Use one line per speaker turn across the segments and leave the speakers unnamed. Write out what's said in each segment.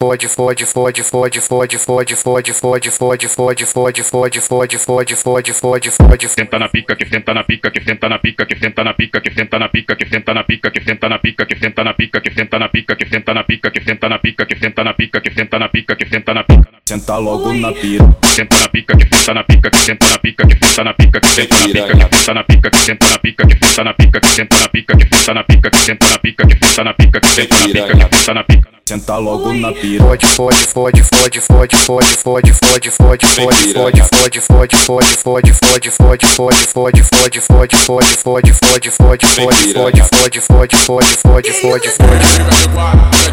fode, fode, fode, fode, fode, fode, fode, fode, fode, fode, fode, fode, fode, fode, fode, fode, fode,
senta na pica, que senta na pica, que senta na pica, que senta na pica, que senta na pica, que senta na pica, que senta na pica, que senta na pica, que senta na pica, que senta na pica, que senta na pica, que senta na pica, que senta na pica, que senta na pica,
Senta logo na pira.
senta na pica, que senta na pica, que senta na pica, que senta na pica, que senta na pica, que senta na pica, que senta na pica, que senta na pica, que senta na pica, que senta na pica, que senta na pica, que senta na pica, que senta na pica, que senta na pica.
Senta logo na pira.
fode, fode, fode, fode, fode, fode, fode, fode, fode, fode, fode, fode, fode, fode, fode, fode, fode, fode, fode, fode, fode, fode, fode, fode, fode, fode, fode, fode, fode, fode, fode, fode, fode,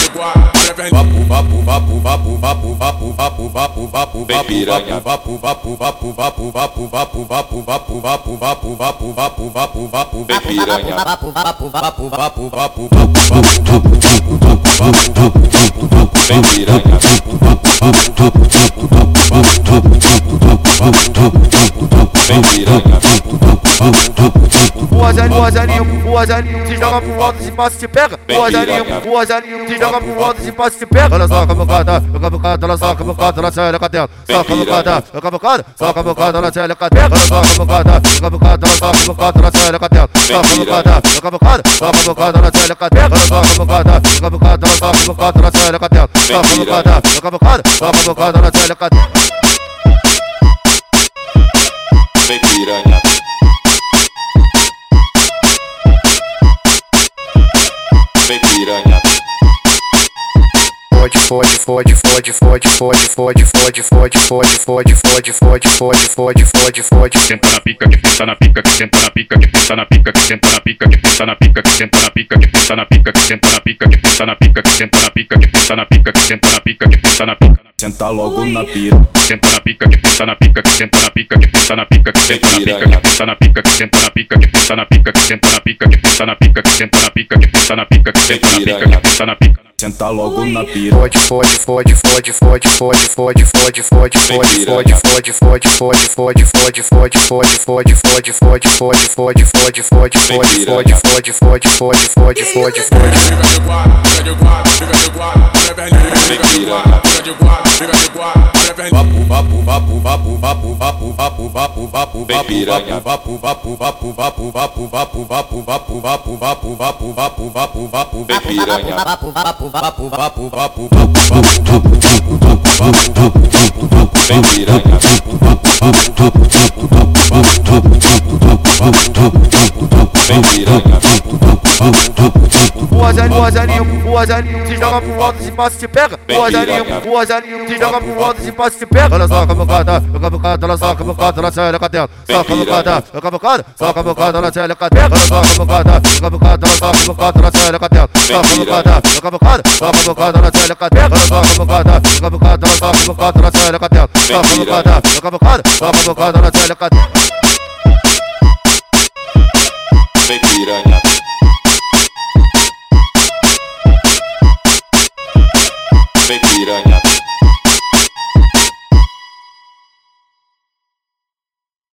Vapo, vapo, vapo, vapo, vapo, vapo, vapo, vapo, vapo, vapo, vapo, vapo, vapo, vapo, vapo, vapo, vapo, vapo, vapo, vapo, vapo, vapo, vapo, vapo, vem piranha. Vapo, vapo, vapo, vapo, vapo, vapo, vapo, vapo, vapo, vapo, vapo, vapo, vapo, vapo, vem piranha. Vapo, vapo, vapo, vapo, vapo, vapo, vapo, vapo, vapo, vapo, vapo, vapo, vapo, vapo, vem piranha. Vapo, vapo, vapo, vapo, vapo,
O azarinho, o azarinho, o azarinho se joga pro alto, se passa, se pega. O azarinho, o azarinho se joga pro alto, se passa, se pega. Olha só a cavalcada, a cavalcada, olha só a cavalcada na série cadela. Só a cavalcada, a cavalcada, só a cavalcada na série cadela. Olha só a cavalcada, a cavalcada, olha só a cavalcada na série cadela. Só a cavalcada, a cavalcada, só a cavalcada na série cadela. Olha só a cavalcada, a cavalcada, olha só a cavalcada na série cadela. Só a cavalcada, a cavalcada, só a cavalcada na série cadela.
vem piranha. Vem piranha.
fode, fode, fode, fode, fode, fode, fode, fode, fode, fode, fode, fode, fode, fode, fode, fode, fode,
senta na pica, que senta na pica, que senta na pica, que senta na pica, que senta na pica, que senta na pica, que senta na pica, que senta na pica, que senta na pica, que senta na pica, que senta na pica, que senta na pica, que senta na pica, que senta na pica,
Senta logo na pira.
senta na pica, que senta na pica, que senta na pica, que senta na pica, que senta na pica, que senta na pica, que senta na pica, que senta na pica, que senta na pica, que senta na pica, que senta na pica, que senta na pica, que senta na pica, que senta na pica.
Senta logo na pira.
fode, fode, fode, fode, fode, fode, fode, fode, fode, fode, fode, fode, fode, fode, fode, fode, fode, fode, fode, fode, fode, fode, fode, fode, fode, fode, fode, fode, fode, fode, fode, fode, fode,
Vapo, vapo, vapo, vapo, vapo, vapo, vapo, vapo, vapo, vapo, vapo, vapo, vapo, vapo, vapo, vapo, vapo, vapo, vapo, vapo, vapo, vapo, vapo, vem piranha. Vapo, vapo, vapo, vapo, vapo, vapo, vapo, vapo, vapo, vapo, vapo, vapo, vapo, vapo, vem piranha. Vapo, vapo, vapo, vapo, vapo, vapo, vapo, vapo, vapo, vapo, vapo, vapo, vapo, vapo, vem piranha. Vapo, vapo, vapo, vapo, vapo,
O azarinho, o azarinho, o azarinho se joga pro alto, se passa, se pega. O azarinho, o azarinho se joga pro alto, se passa, se pega. Olha só a cavalcada, a cavalcada, olha só a cavalcada na série cadela. Só a cavalcada, a cavalcada, só a cavalcada na série cadela. Olha só a cavalcada, a cavalcada, olha só a cavalcada na série cadela. Só a cavalcada, a cavalcada, só a cavalcada na série cadela. Olha só a cavalcada, a cavalcada, olha só a cavalcada na série cadela. Só a cavalcada, a cavalcada, só a cavalcada na série cadela.
vem piranha.